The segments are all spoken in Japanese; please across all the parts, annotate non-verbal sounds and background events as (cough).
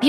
美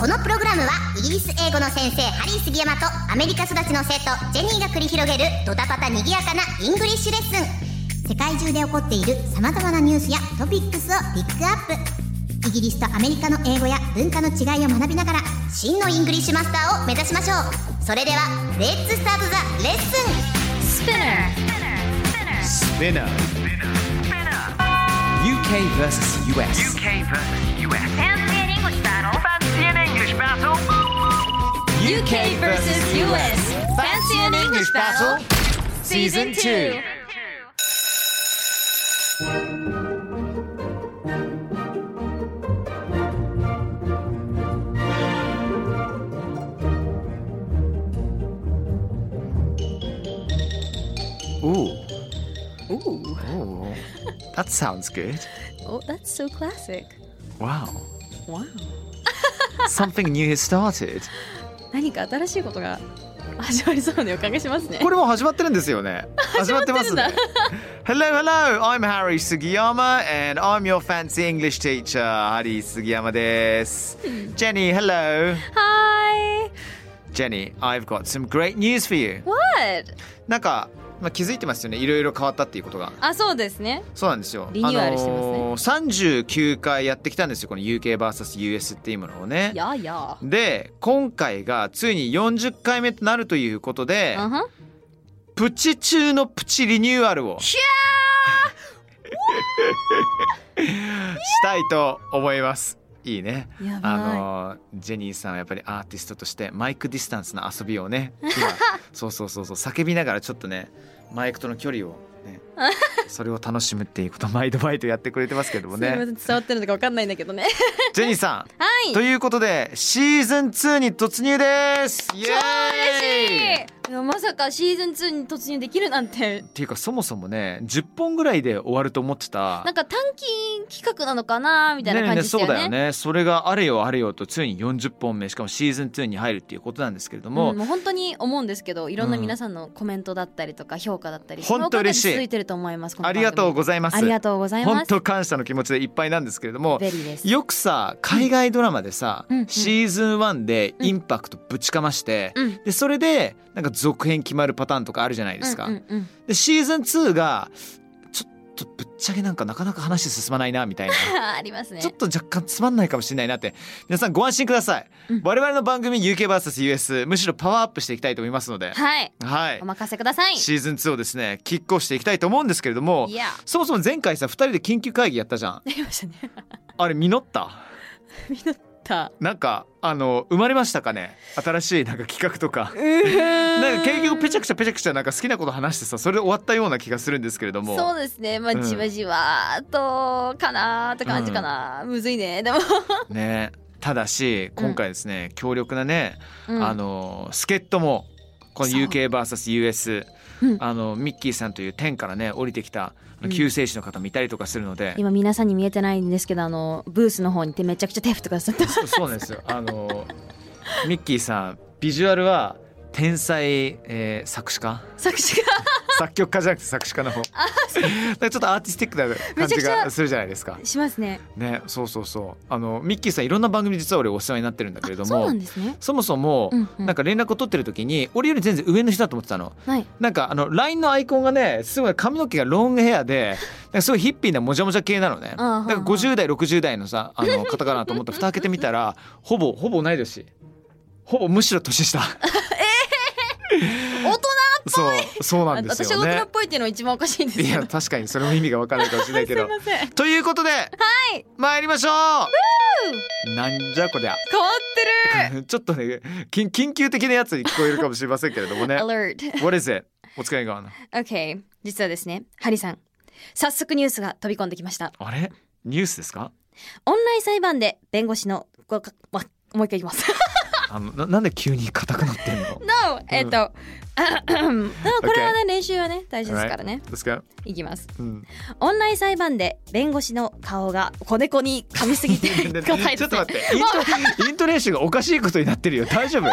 このプログラムはイギリス英語の先生ハリー杉山とアメリカ育ちの生徒ジェニーが繰り広げるドタパタにぎやかなイングリッシュレッスン世界中で起こっている様々なニュースやトピックスをピックアップイギリスとアメリカの英語や文化の違いを学びながら真のイングリッシュマスターを目指しましょうそれではレッツスタートザレッスン Spinner. UK versus US. UK versus US. Fancy an English battle. Fancy an English battle. UK versus US. Fancy an English battle? Season 2. お Ooh. (laughs) Oh, that sounds good. Oh, that's so classic. Wow. Wow. Something new has started. 何か新しいことが始まりそうな予感がしますね。これもう始まってるんですよね。始まってますね。hello, hello. I'm Harry Sugiyama and I'm your fancy English teacher, Harry Sugiyama です。Jenny, hello. Hi! Jenny, I've got some great news for you. What? なんか、まあ、気づいてますよね。いろいろ変わったっていうことが。あ、そうですね。そうなんですよ。リニューアルしてますねあのー、39回やってきたんですよ。この UKVSUS っていうものをね。やあやで、今回がついに40回目となるということであ。、うんふんプチ中のプチリニューアルをひしたいと思います。いいね。やばいあのジェニーさんはやっぱりアーティストとしてマイクディスタンスの遊びをね (laughs) 今そうそうそうそう叫びながらちょっとねマイクとの距離を、 (laughs) ね、それを楽しむっていうことを毎度毎度やってくれてますけどもすみませねん、伝わってるのかわかんないんだけどね。ジェニーさんはい。ということでシーズン2に突入ですイエーイ嬉しいいやまさかシーズン2に突入できるなんてっていうかそもそもね10本ぐらいで終わると思ってたなんか短期企画なのかなみたいな感じでしたねよえねえそうねだよねそれがあれよあれよとついに40本目しかもシーズン2に入るっていうことなんですけれども、うん、もう本当に思うんですけどいろんな皆さんのコメントだったりとか評価だったりそのおかげ本当で嬉しい続いてると思いますこのあり番が組とうございますありがとうございま本す当感謝の気持ちでいっぱいなんですけれどもベリーですよくさ海外ドラマでさ、うんうんシーズン1でインパクトぶちかまして、うんでそれでなんか続編決まるパターンとかあるじゃないですか。うんうんうんでシーズン2がちょっとぶっちゃけなんかなかなか話進まないなみたいな。ありますねちょっと若干つまんないかもしれないなって皆さんご安心ください、うん我々の番組 UKVSUS むしろパワーアップしていきたいと思いますのではいはいお任せくださいシーズン2をですねキックオフしていきたいと思うんですけれども (laughs) いやそもそも前回さ2人で緊急会議やったじゃんなりましたねあれ実ったみんなったなんかあの生まれましたかね新しいなんか企画とかなんなか結局ペチャクチャペチャクチャなんか好きなこと話してさそれで終わったような気がするんですけれどもそうですねまあうんじわじわーっとかなーって感じかな、むずいねでも、ねただし今回ですね、強力なねうんあの助っ人もこのそう UKVSUS、うんあのミッキーさんという天からね降りてきたあうんの救世主の方もいたりとかするので、今皆さんに見えてないんですけどあのブースの方に行ってめちゃくちゃ手振ってくださってますそうそうなんですよあのミッキーさんビジュアルは天才、えー作詞 (laughs) 家作詞が作曲家じゃなくて作詞家の方なんか (laughs) ちょっとアーティスティックな感じがするじゃないですかしますねねそうそうそうあのミッキーさんいろんな番組実は俺お世話になってるんだけれどそうもなんですねそもそも、うんうんなんか連絡を取ってる時に俺より全然上の人だと思ってたのはいなんかあの LINE のアイコンがねすごい髪の毛がロングヘアでなんかすごいヒッピーなもじゃもじゃ系なのねだああから50代60代のさあの方かなと思って蓋開けてみた (laughs) らほぼほぼ同い年ほぼむしろ年下大人そうそうなんです私はよ大人ねっぽいっていうのが一番おかしいんですいよやね確かにそれも意味が分からないかもしれないけ (laughs) すいどませんということで参りましょうなんじゃこりゃ変わってる (laughs) ちょっとね緊緊急的なやつに聞こえるかもしれませんけれども (laughs) ね alert What is it? What's going on? OK 実はですねハリさん早速ニュースが飛び込んできましたあれニュースですかオンライン裁判で弁護士のごかわもう一回い (laughs) きます。あのななんで急に硬くなってんの no! えっと、これはね、練習はね、大事ですからね。 Alright. ですか、いきます。うん、オンライン裁判で弁護士の顔が子猫に噛みすぎて (laughs) でちょっと硬待いですねってイントイントネーションがおかしいことになってるよ大丈夫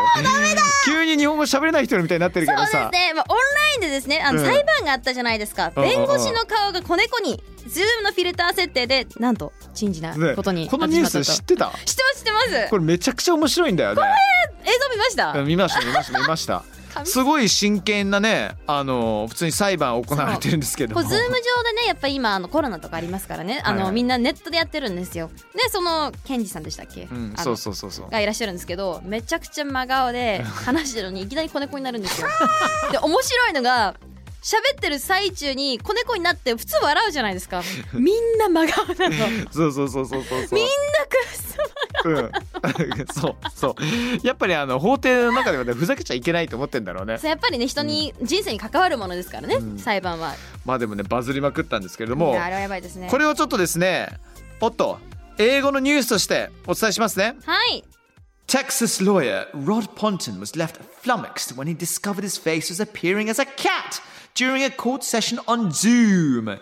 急に日本語喋れない人みたいになってるけどそうさですね、まあ、オンラインでですねあのうん裁判があったじゃないですか、うんうんうん弁護士の顔が子猫に Zoom のフィルター設定でなんと珍事なねことにこのニューなスってしまっ知たってたと知ってます知ってますこれめちゃくちゃ面白いんだよね映像見ました、うん見ました見ました見ました神すごい真剣なねあの普通に裁判行われてるんですけどこもう Zoom 上でねやっぱり今あのコロナとかありますからねあの、はいはいみんなネットでやってるんですよでその検事さんでしたっけ、うんあのそうそうそうそうがいらっしゃるんですけどめちゃくちゃ真顔で話してるのにいきなり子猫になるんですよ。 (laughs) で面白いのが喋ってる最中に子猫になって普通笑うじゃないで (laughs) すかみんな真顔なのそうそうそうそうそうそうみんなく (laughs) そうん、そうそうやっぱりあの法廷の中ではねふざけちゃいけないと思ってんだろうねそうやっぱりね人に人生に関わるものですからね、うん裁判はまあでもねバズりまくったんですけれどいもやあれはやばいですねこれをちょっとですねおっと英語のニュースとしてお伝えしますねはい Texas lawyer Rod Ponton was left flummoxed when he discovered his face was appearing as a cat during a court session on Zoom.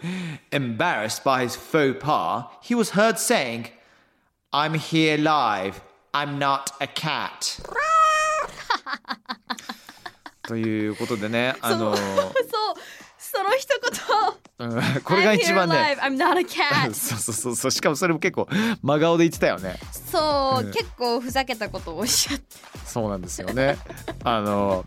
Embarrassed by his faux pas, he was heard saying, I'm here live. I'm not a cat. (laughs) ということでね、あの、そうその一うん (laughs) こ言れが一番 I'm here ね alive, I'm not a うん cat (laughs) そうそうそうそう、しかもそれも結構真顔で言ってたよね。そう、うん結構ふざけたことをおっしゃってそうなんですよね。 (laughs) あの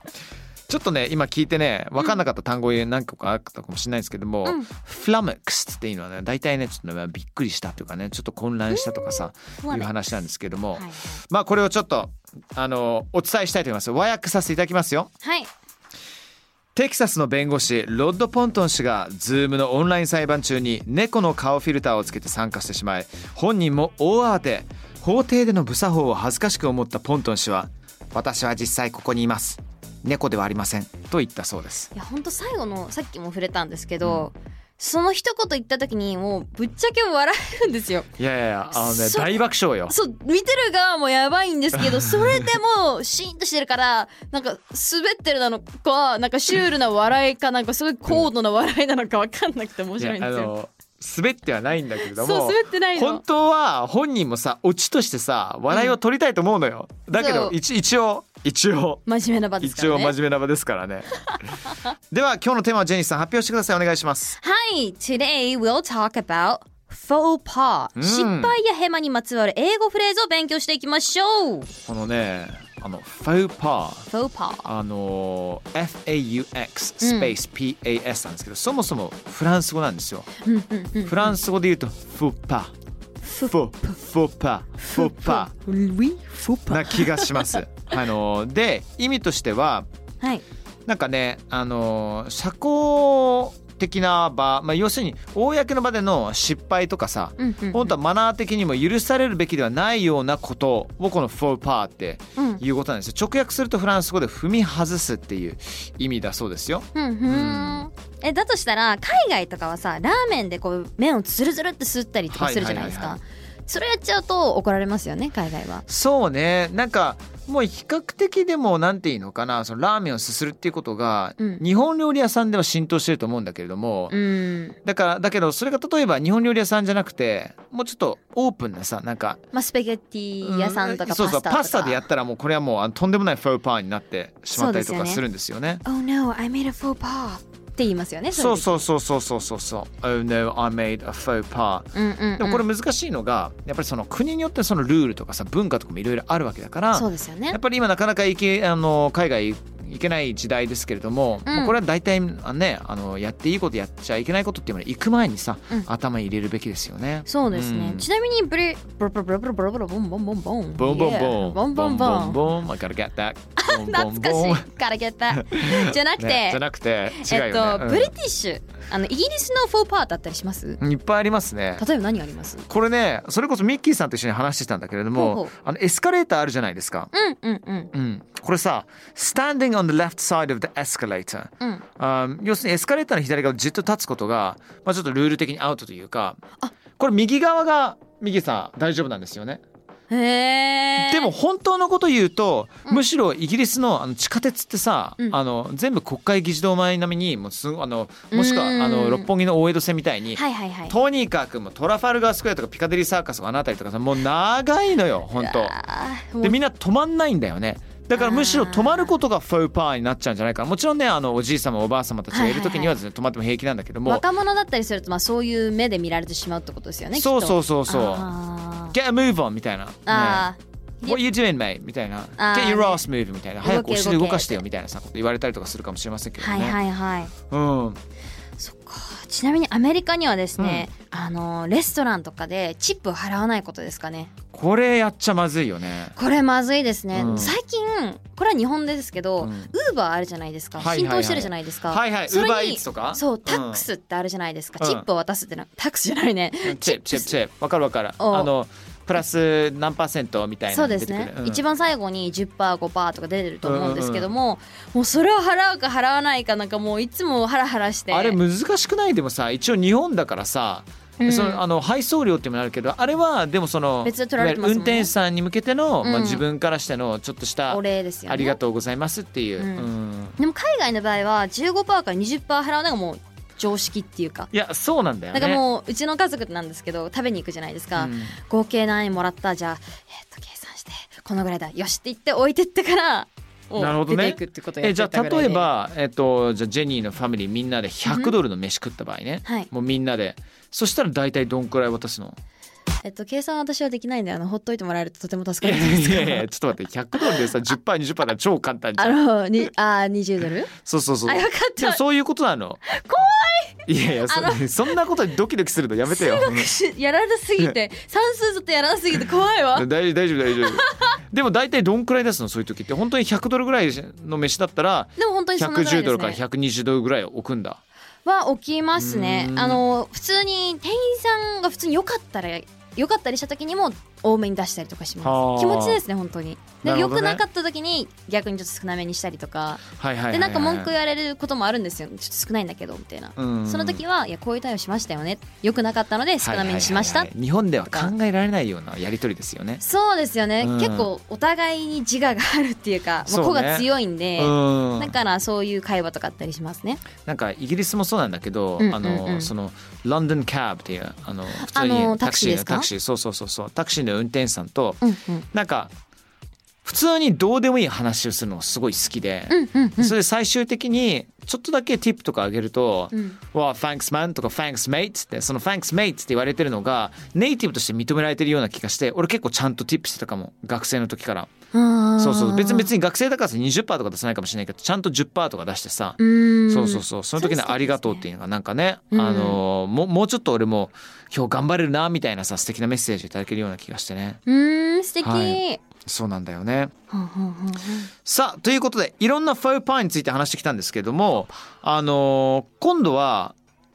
ちょっとね今聞いてね分かんなかった単語何個かあったかもしれないんですけども、フラムックスっていうのはね大体ねちょっとねびっくりしたというかねちょっと混乱したとかさ、うんいう話なんですけども、はいはいまあこれをちょっとあのお伝えしたいと思います和訳させていただきますよ。はいテキサスの弁護士ロッド・ポントン氏が Zoom のオンライン裁判中に猫の顔フィルターをつけて参加してしまい本人も大慌て法廷での無作法を恥ずかしく思ったポントン氏は「私は実際ここにいます猫ではありません」と言ったそうですいや本当最後のさっきも触れたんですけど、その一言言った時にもうぶっちゃけ笑えるんですよいやいやいやあのねそ大爆笑よそう見てる側もやばいんですけ (laughs) どそれでもシーンとしてるからなんか滑ってるなのかなんかシュールな笑いかなんかすごい高度な笑いなのか分かんなくて面白いんいやあですよ。の滑ってはないんだけれどそうも滑ってない本の当は本人もさオチとしてさ笑いを取りたいと思うのよ、だけそどう一一応一応真面目な場ですか一ら応ね。真面目な場ですから (laughs) ねでは今日のテーマはジェニーさん発表してくださいお願いしますはい、today we'll talk about faux pas、ん失敗やヘマにまつわる英語フレーズを勉強していきましょう。このねあのファウパー faux pas。あの FAUX スペース PAS なんですけど、そもそもフランス語なんですよ、フランス語で言うとフッパフォフォパフォパな気がしますあので意味としてははい。なんかねあの社交的な場、まあ、要するに公の場での失敗とかさ、うんうん本当はマナー的にも許されるべきではないようなことをこの「フォーパー」ってうんいうことなんですよ直訳するとフランス語で「踏み外す」っていう意味だそうですよ。うんうん、えだとしたら海外とかはさラーメンでこう麺をつるつるってすったりとかするじゃないですはいかはそれやっちゃうと怒られますよね海外はそうねなんかもう比較的でもなんていうのかなそのラーメンをすするっていうことが、うん日本料理屋さんでは浸透してると思うんだけれども、うんだからだけどそれが例えば日本料理屋さんじゃなくてもうちょっとオープンなさなんかまあスパゲッティ屋さんとかパスタとうそか、うそうパスタでやったらもうこれはもうあのとんでもないフォーパーになってしまったりとそうかですよねするんですよね。 Oh no I made a faux pas って言いますよねそううそうそうそうそうそうそう Oh no, I made a faux pas うんうん、うん、でもこれ難しいのがやっぱりその国によってそのルールとかさ文化とかもいろいろあるわけだからそうですよやねっぱり今なかなか行けあの海外行けない時代ですけれども、うんまあこれは大体あねあのやっていいことやっちゃいけないことっていうのは行く前にさ、うん頭に入れるべきですよね。そうですね、うんちなみにブレブロブロブロブロブロボンボンボンボンボンボンボ Yeah ボンンボンボボンンボン I gotta get that ボンボン懐ボンかしいからゲッタじゃなくて、ねじゃなくて違うえよっと、ね、うんブリティッシュあのイギリスのフォーパーだったりしますいっぱいありますね。例えば何がありますこれねそれこそミッキーさんと一緒に話してたんだけれどもほうほうあのエスカレーターあるじゃないですか。うんうんうんうん、これさ「standing on the left side of the escalator うん」あー要するにエスカレーターの左側をじっと立つことが、まあ、ちょっとルール的にアウトというかこれ右側がミッキーさん大丈夫なんですよね。へーでも本当のこと言うと、うんむしろイギリスのあの地下鉄ってさ、うんあの全部国会議事堂前並みにもうすぐあのもしくはうんあの六本木の大江戸線みたいに、はいはいはいとにかくもうトラファルガースクエアとかピカデリーサーカスとかあの辺りとかさもう長いのよ本当あーもでうみんな止まんないんだよねだからむしろ止まることがフォーパーになっちゃうんじゃないかなもちろんねあのおじい様おばあ様たちがいる時にはですね止まっても平気なんだけども、若者だったりするとまあそういう目で見られてしまうってことですよねそうそううそうそうあ Get a move on みたいな、ねー、あー What you doing, mate? みたいな。あー Get your ass move みたいな。動け早くお尻動動けかしてよみたいなさ、こと言われたりとかするかもしれませんけどね。はいはいはいうん。そっかちなみにアメリカにはですね、あのレストランとかでチップを払わないことですかねこれやっちゃまずいよね。これまずいですね、うん最近これは日本でですけど、うウんーバーあるじゃないですか、はいはいはい浸透してるじゃないですか、はいはい。そ Uber れ Eats とかそうタッんクスってあるじゃないですか、うんチップを渡すってなタックスじゃないねチップチップチップ。わかるわかる。おあの、プラス何パーセントみたいなそうので出すてくる。ね、うん一番最後に 10%5% とか出てると思うんですけども、もうそれを払うか払わないかなんかもういつもハラハラしてあれ難しくないでもさ、一応日本だからさ、うんそのあの配送料っていうのもあるけどあれはでもその別で取られてますもんねいわゆる運転手さんに向けての、まうあ、ん自分からしてのちょっとした、お礼ですよねありがとうございますっていう、うんうんでも海外の場合は15%から20%払うのがもう常識っていうかいやそうなんだよなねんかもううちの家族なんですけど食べに行くじゃないですか、うん合計何円もらったじゃあえっ、と計算してこのぐらいだよしって言って置いてってからもうなるほどね出ていくってことをやえっじてゃたあぐらいで例えば、えっと、じゃあジェニーのファミリーみんなで100ドルの飯食った場合ね、はいもうみんなでそしたら大体どんくらい渡すのえっと計算は私はできないんであのほっといてもらえるととてもい助かやるんですいけやどいやちょっと待って100ドルでさ10パー20パーだ超簡単じ (laughs) あゃんのにあー20ドルそうそうそうあよかっでもたそういうことなの怖いいやいやそあそ (laughs) んなことにドキドキするのやめてよ (laughs) やらなすぎ (laughs) て算数ずっとやらなすぎて怖いわ大丈夫大丈夫大丈夫でも大体どんくらい出すのそういう時って本当に100ドルぐらいの飯だったらでも本当にそんなぐら110いでドすルからね120ドルぐらい置くんだは起きますねうーんあの普通に店員さんが普通に良かったら良かったりした時にも多めに出したりとかしはまあす気持ちですね本当になでる良ほどくねなかった時に逆にちょっと少なめにしたりとかはいはいはいはいでなんか文句言われることもあるんですよちょっと少ないんだけどみたいなうんその時はいやこういう対応しましたよね良くなかったので少なめにしました、はいはいはいはい日本では考えられないようなやり取りですよね。そうですよね、うん結構お互いに自我があるっていうか、まあ、そうね個が強いんうで、んだからそういう会話とかあったりしますね。なんかイギリスもそうなんだけど、うんうんうんあのそのロンドンカーブっていうあの普通あのにタタククシシーーでのすかタクシーそうそうそうそうタクシーの運転手さんとうんうんなんか普通にどうでもいい話をするのがすごい好きで、うんうんうんそれで最終的にちょっとだけ tip とかあげるとうん「わあ thanks man」とか「thanks mate」ってその「thanks mate」って言われてるのがネイティブとして認められてるような気がして俺結構ちゃんと tip してたかも学生の時から。あーそうそう別に別に学生だからさ20%とか出さないかもしれないけどちゃんと10%とか出してさ、うーんそうそうそうその時の「ありがとう」っていうのがなんかね、うんあのーもうもうちょっと俺も今日頑張れるなみたいなさ素敵なメッセージいただけるような気がしてねうーん素敵、はいそうなんだよね。ほんほんほんほんさあということでいろんなファイパーについて話してきたんですけれどもあのー今度は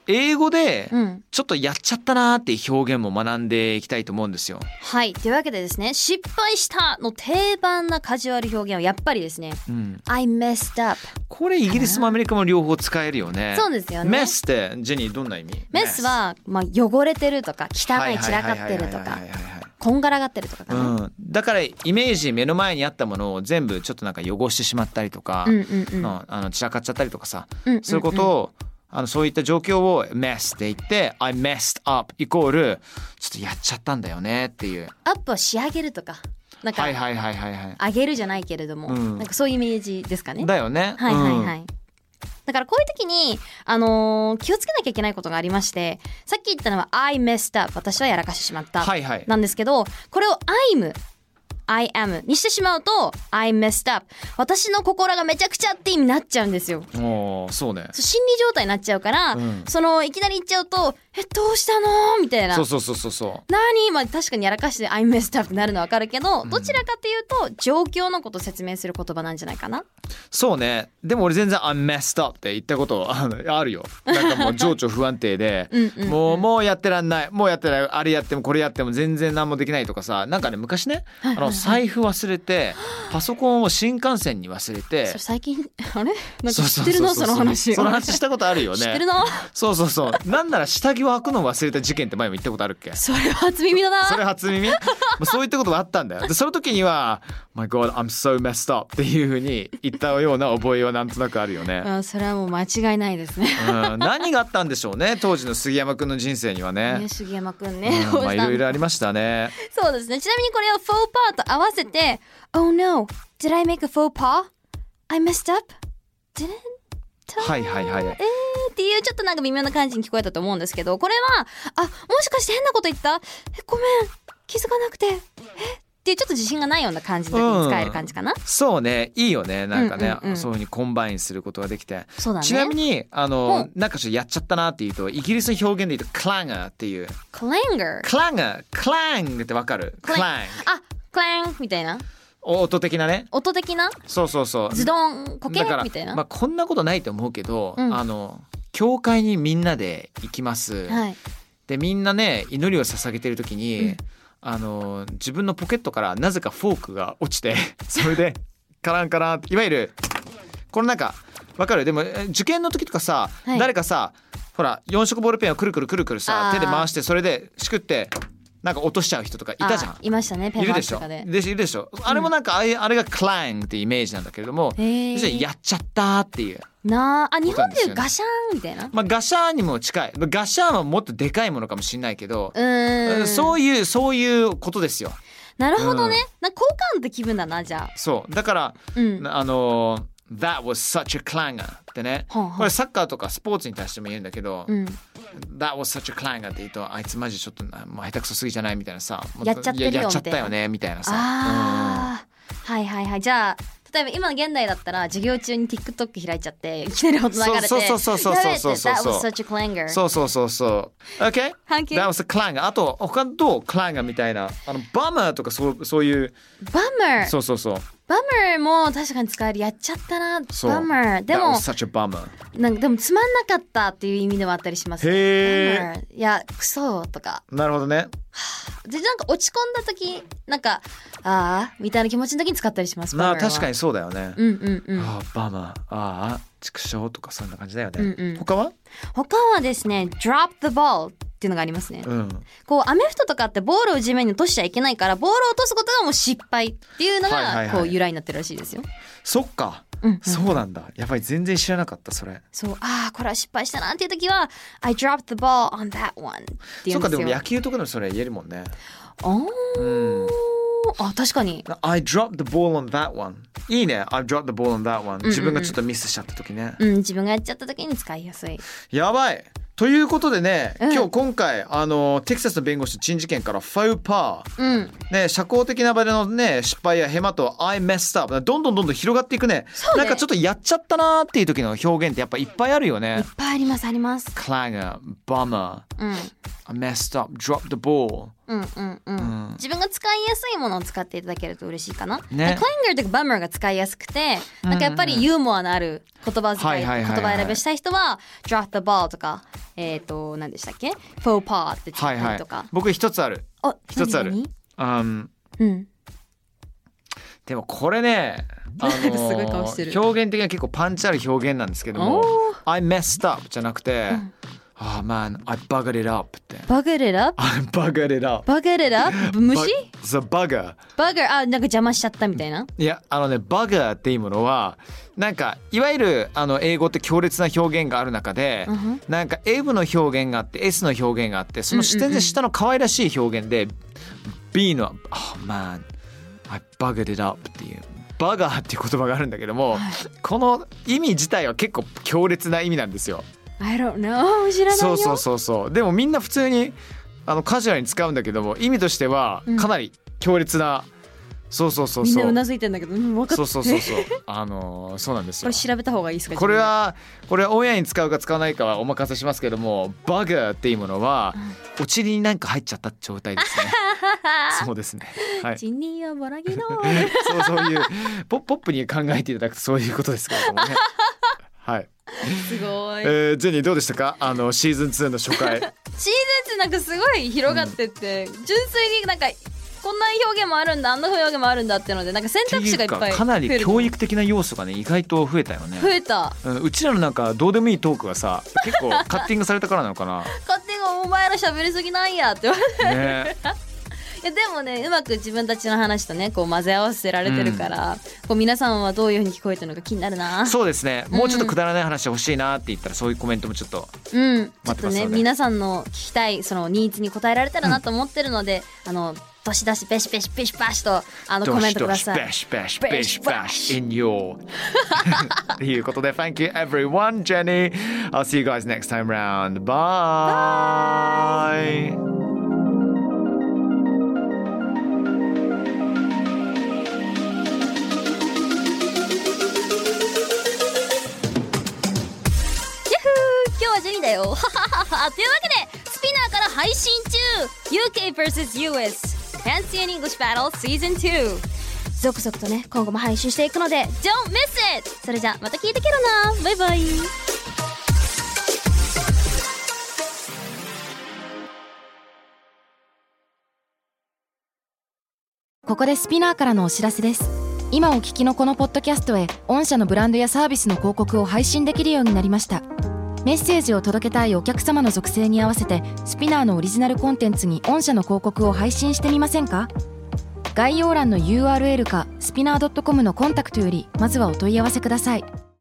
英語でうんちょっとやっちゃったなーっていう表現も学んでいきたいと思うんですよ。はいというわけでですね失敗したの定番なカジュアル表現はやっぱりですねうん、 I messed up これイギリスもアメリカも両方使えるよね。そうですよねメスってジェニーどんな意味メスはまあ汚れてるとか汚はいい散らかってるとはかいはいはいはいはいこんがらがってるとかかな、うん、だからイメージ目の前にあったものを全部ちょっとなんか汚してしまったりとか、うんうんうんのあの散らかっちゃったりとかさ、うんうんうんそういうことをあのそういった状況を「mess」って言って「I messed up」イコールちょっとやっちゃったんだよねっていうアップを仕上げるとかなんかはいはいはいはいはいあげるじゃないけれども、うんなんかそういうイメージですかね。だよねはいはいはうんい。だからこういう時に、あのー気をつけなきゃいけないことがありましてさっき言ったのは「I messed up」私はやらかしてしまった、はいはいなんですけどこれを「I'm」「I am」にしてしまうと「I messed up」私の心がめちゃくちゃって意味になっちゃうんですよ。おーそうねそう心理状態になっちゃうから、うんそのいきなり言っちゃうと「えどうしたの?」みたいなそうそうそうそうそ何まあ確かにやらかして「I messed up」ってなるの分かるけどどちらかというと状況のことを説明する言葉なんじゃないかなうそうねでも俺全然「I messed up」って言ったことあのあるよなんかもう情緒不安定で (laughs) うんうんうんもうもうやってらんないもうやってらんないあれやってもこれやっても全然何もできないとかさなんかね昔ねあの財布忘れてパソコンを新幹線に忘れてそれ最近 (laughs) あれなんか知ってるのその話その話したことあるよね (laughs) 知ってるのそうそうそうなんなら下着忘を履くのを忘れた事件って前も言ったことあるっけそれは初耳だなそれ初耳まあそういったことがあったんだよでその時には「My God I'm so messed up」っていうふうに言ったような覚えはなんとなくあるよね、 (laughs) うん、それはもう間違いないですね。うん、何があったんでしょうね当時の杉山くんの人生にはねね、杉山くんうね。んまあいろいろありまましたねそうですね。ちなみにこれをフォーパーと合わせて、Oh no, did I make a faux pas? I messed up? Didn't? はいはいはいはいえーっていうちょっとなんか微妙な感じに聞こえたと思うんですけど、これは、あ、もしかして変なこと言ったえ、ごめん、気づかなくて、えっていうちょっと自信がないような感じの時に使える感じかな。そうねいいよねなんかね、うんうんうんそういうふうにコンバインすることができてそうだね。ちなみに、にあの、なんかちょっとやっちゃったなっていうとイギリスの表現で言うと「クランガー」っていうクランガ「ー。クランガー」「クラン」ってわかる「ククランラン」あ、クランみたいな。音的なね音的なそうそうそうズドン、コケだからみたいな。まあ、こんなことないと思うけど、うんあの教会にみんなで行きます、はい。でみんなね祈りを捧げてる時に、うんあの自分のポケットからなぜかフォークが落ち (laughs) てそれでカランカランっていわゆるこのなんかわかるでもえ受験の時とかさ、はい誰かさほら4色ボールペンをくるくるくるくるさあー手で回してそれでしくってなんか落としちゃう人とかいたじゃんあ。いましたね、ペいンるで回ししょとかで。でしいるでしょあれもなんかああいうあれがクラインってイメージなんだけれども、へー要するにやっちゃったっていうなあ、あ、日ことな本んでですいよねうガシャンみたいな。うまあガシャーンにも近いガシャーンはもっとでかいものかもしれないけど、ーん。そういうそういうことですよなるほどねうん。なんか交換って気分だな、じゃあ。そうだから、うん。あのー「That was such a clanger」ってねはんはんこれサッカーとかスポーツに対しても言うんだけどうん。 「That was such a clanger」って言うと「あいつマジちょっとなもう下手くそすぎじゃない?」みたいなさ「やっちゃってるよいややっちゃったよね」みたいなさうんああ。はいはいはい。じゃあ、例えば今の現代だったら、授業中に TikTok 開いちゃって、いきなり音流れて。そうそうそうそうそうそうそうやべえって That was such a clanger. そうそうそうそう。OK? 半径 That was a clanger. あと、他どう ?clanger みたいな。あの、バマーとかそうそういう、バマー。そうそうそう。バマーも確かに使える。やっちゃったな。そうバマー。で That was、も such a bummer. なんかでもつまんなかったっていう意味でもあったりしますね。へーバマーいや、クソとか。なるほどね。でなんか落ち込んだ時なんかああみたいな気持ちの時に使ったりしますまあ、確かににそうだよね。うんうんうんああ、バマー。ああ、畜生とかそんな感じだよね。うんうん他は他はですね drop the ball っていうのがありますね、うん。こうアメフトとかってボールを地面に落としちゃいけないからボールを落とすことがもう失敗っていうのはいはいはいがこう由来になってるらしいですよ、そっか。うんうんそうなんだ。やばい、全然知らなかった、それ。そうああこれは失敗したなっていう時は I dropped the ball on that one っていそうっんか、ですでよも野球とかでもそれ言えるもんね。おうん。ーあ確かに I dropped the ball on that one. いいね。I dropped the ball on that one. 自分がちょっとミスしちゃった時ね。うん自分がやっちゃった時に使いやすいやばいということでね、うん今日今回あのテキサスの弁護士陳事件からファウパうんー、ね、社交的な場での、ね、失敗やヘマと I messed up どんどんどんどん広がっていくねそうねなんかちょっとやっちゃったなーっていう時の表現ってやっぱいっぱいあるよいっね。ぱいありますあります Clanger, bummer, うん I messed up, drop the ball うんうんうんん自分が使いやすいものを使っていただけると嬉しいかな。ねね、クランガーとかバムーが使いやすくて、なんかやっぱりユーモアのある言葉遣い、はいはいはいはい言葉選びをしたい人は、drop the ball とか、えっ、ー、と、何でしたっけ ?faux pas って使はっいたはりいとか。僕一つある、あ、一つある何うん、々うん。でもこれねあの (laughs) すごい顔してる表現的には結構パンチある表現なんですけどもおー「I messed up」じゃなくて「ああ man I buggered it up」ってバグレラ「I buggered it up」バグレラ (laughs) 虫 The bugger バグあ、なんか邪魔しちゃったみたいな。いやあのねバ u っていうものはなんかいわゆるあの英語って強烈な表現がある中で、うんふんなんか M の表現があって S の表現があってその視点で下の可愛らしい表現で、B の「Oh man I buggered it up」っていう「バガー」っていう言葉があるんだけども、この意味自体は結構強烈な意味なんですよ。 I don't know. 知らないそよ。うそうそうそうでもみんな普通にあのカジュアルに使うんだけども意味としてはうんかなり強烈な、そうそうそうみんそなうう。なずいてんだけど、うん、分かった。そうそうそうそう。あのーそうなんですこよれ。調べた方がいいですかこれ、はこれはオンエアに使うか使わないかはお任せしますけどもバグっていうものはお尻になんか入っちゃった状態ですね (laughs) そうですねはい自分でジニーはボラギノ (laughs) そうそういうポポップに考えていただくとそういうことですけれども (laughs) ねはい、すごいえ。ージェニーどうでしたかあのシーズン2の初 (laughs) 回シーズン2なんかすごい広がってって、純粋になんかこんな表現もあるんだあんな表現もあるんだってのでなんか選って択い肢がいうっぱかいかな増えりる教育的な要素がね意外と増えたよね増えたうんうちらのなんかどうでもいいトークはさ結構カッティングされたからなのかな勝手に思お前ら喋りすぎなんや」って言われてねいやでもねうまく自分たちの話とねこう混ぜ合わせられてるから、こう皆さんはどういうふうに聞こえてるのか気になるなそうですねもうちょっとくだらない話欲しいなって言ったらそういうコメントもちょっとうん、待っちょってとますねので皆さんの聞きたいそのニーズに応えられたらなと思ってるので、あのどしどしペシペシペシパシとあのコメントくださいシバシバシバシ in your (laughs) ということで Thank you everyone Jenny I'll see you guys next time round Bye. ヤッフー今日はジェニーだよはは (laughs) ははというわけでスピナーから配信中 UKVSUS Fancy and English Battle Season 2続々とね今後も配信していくので Don't miss it それじゃまた聞いてけろなバイバイここでスピナーからのお知らせです今お聞きのこのポッドキャストへ御社のブランドやサービスの広告を配信できるようになりましたメッセージを届けたいお客様の属性に合わせてスピナーのオリジナルコンテンツに御社の広告を配信してみませんか概要欄の URL かスピナー .com のコンタクトよりまずはお問い合わせください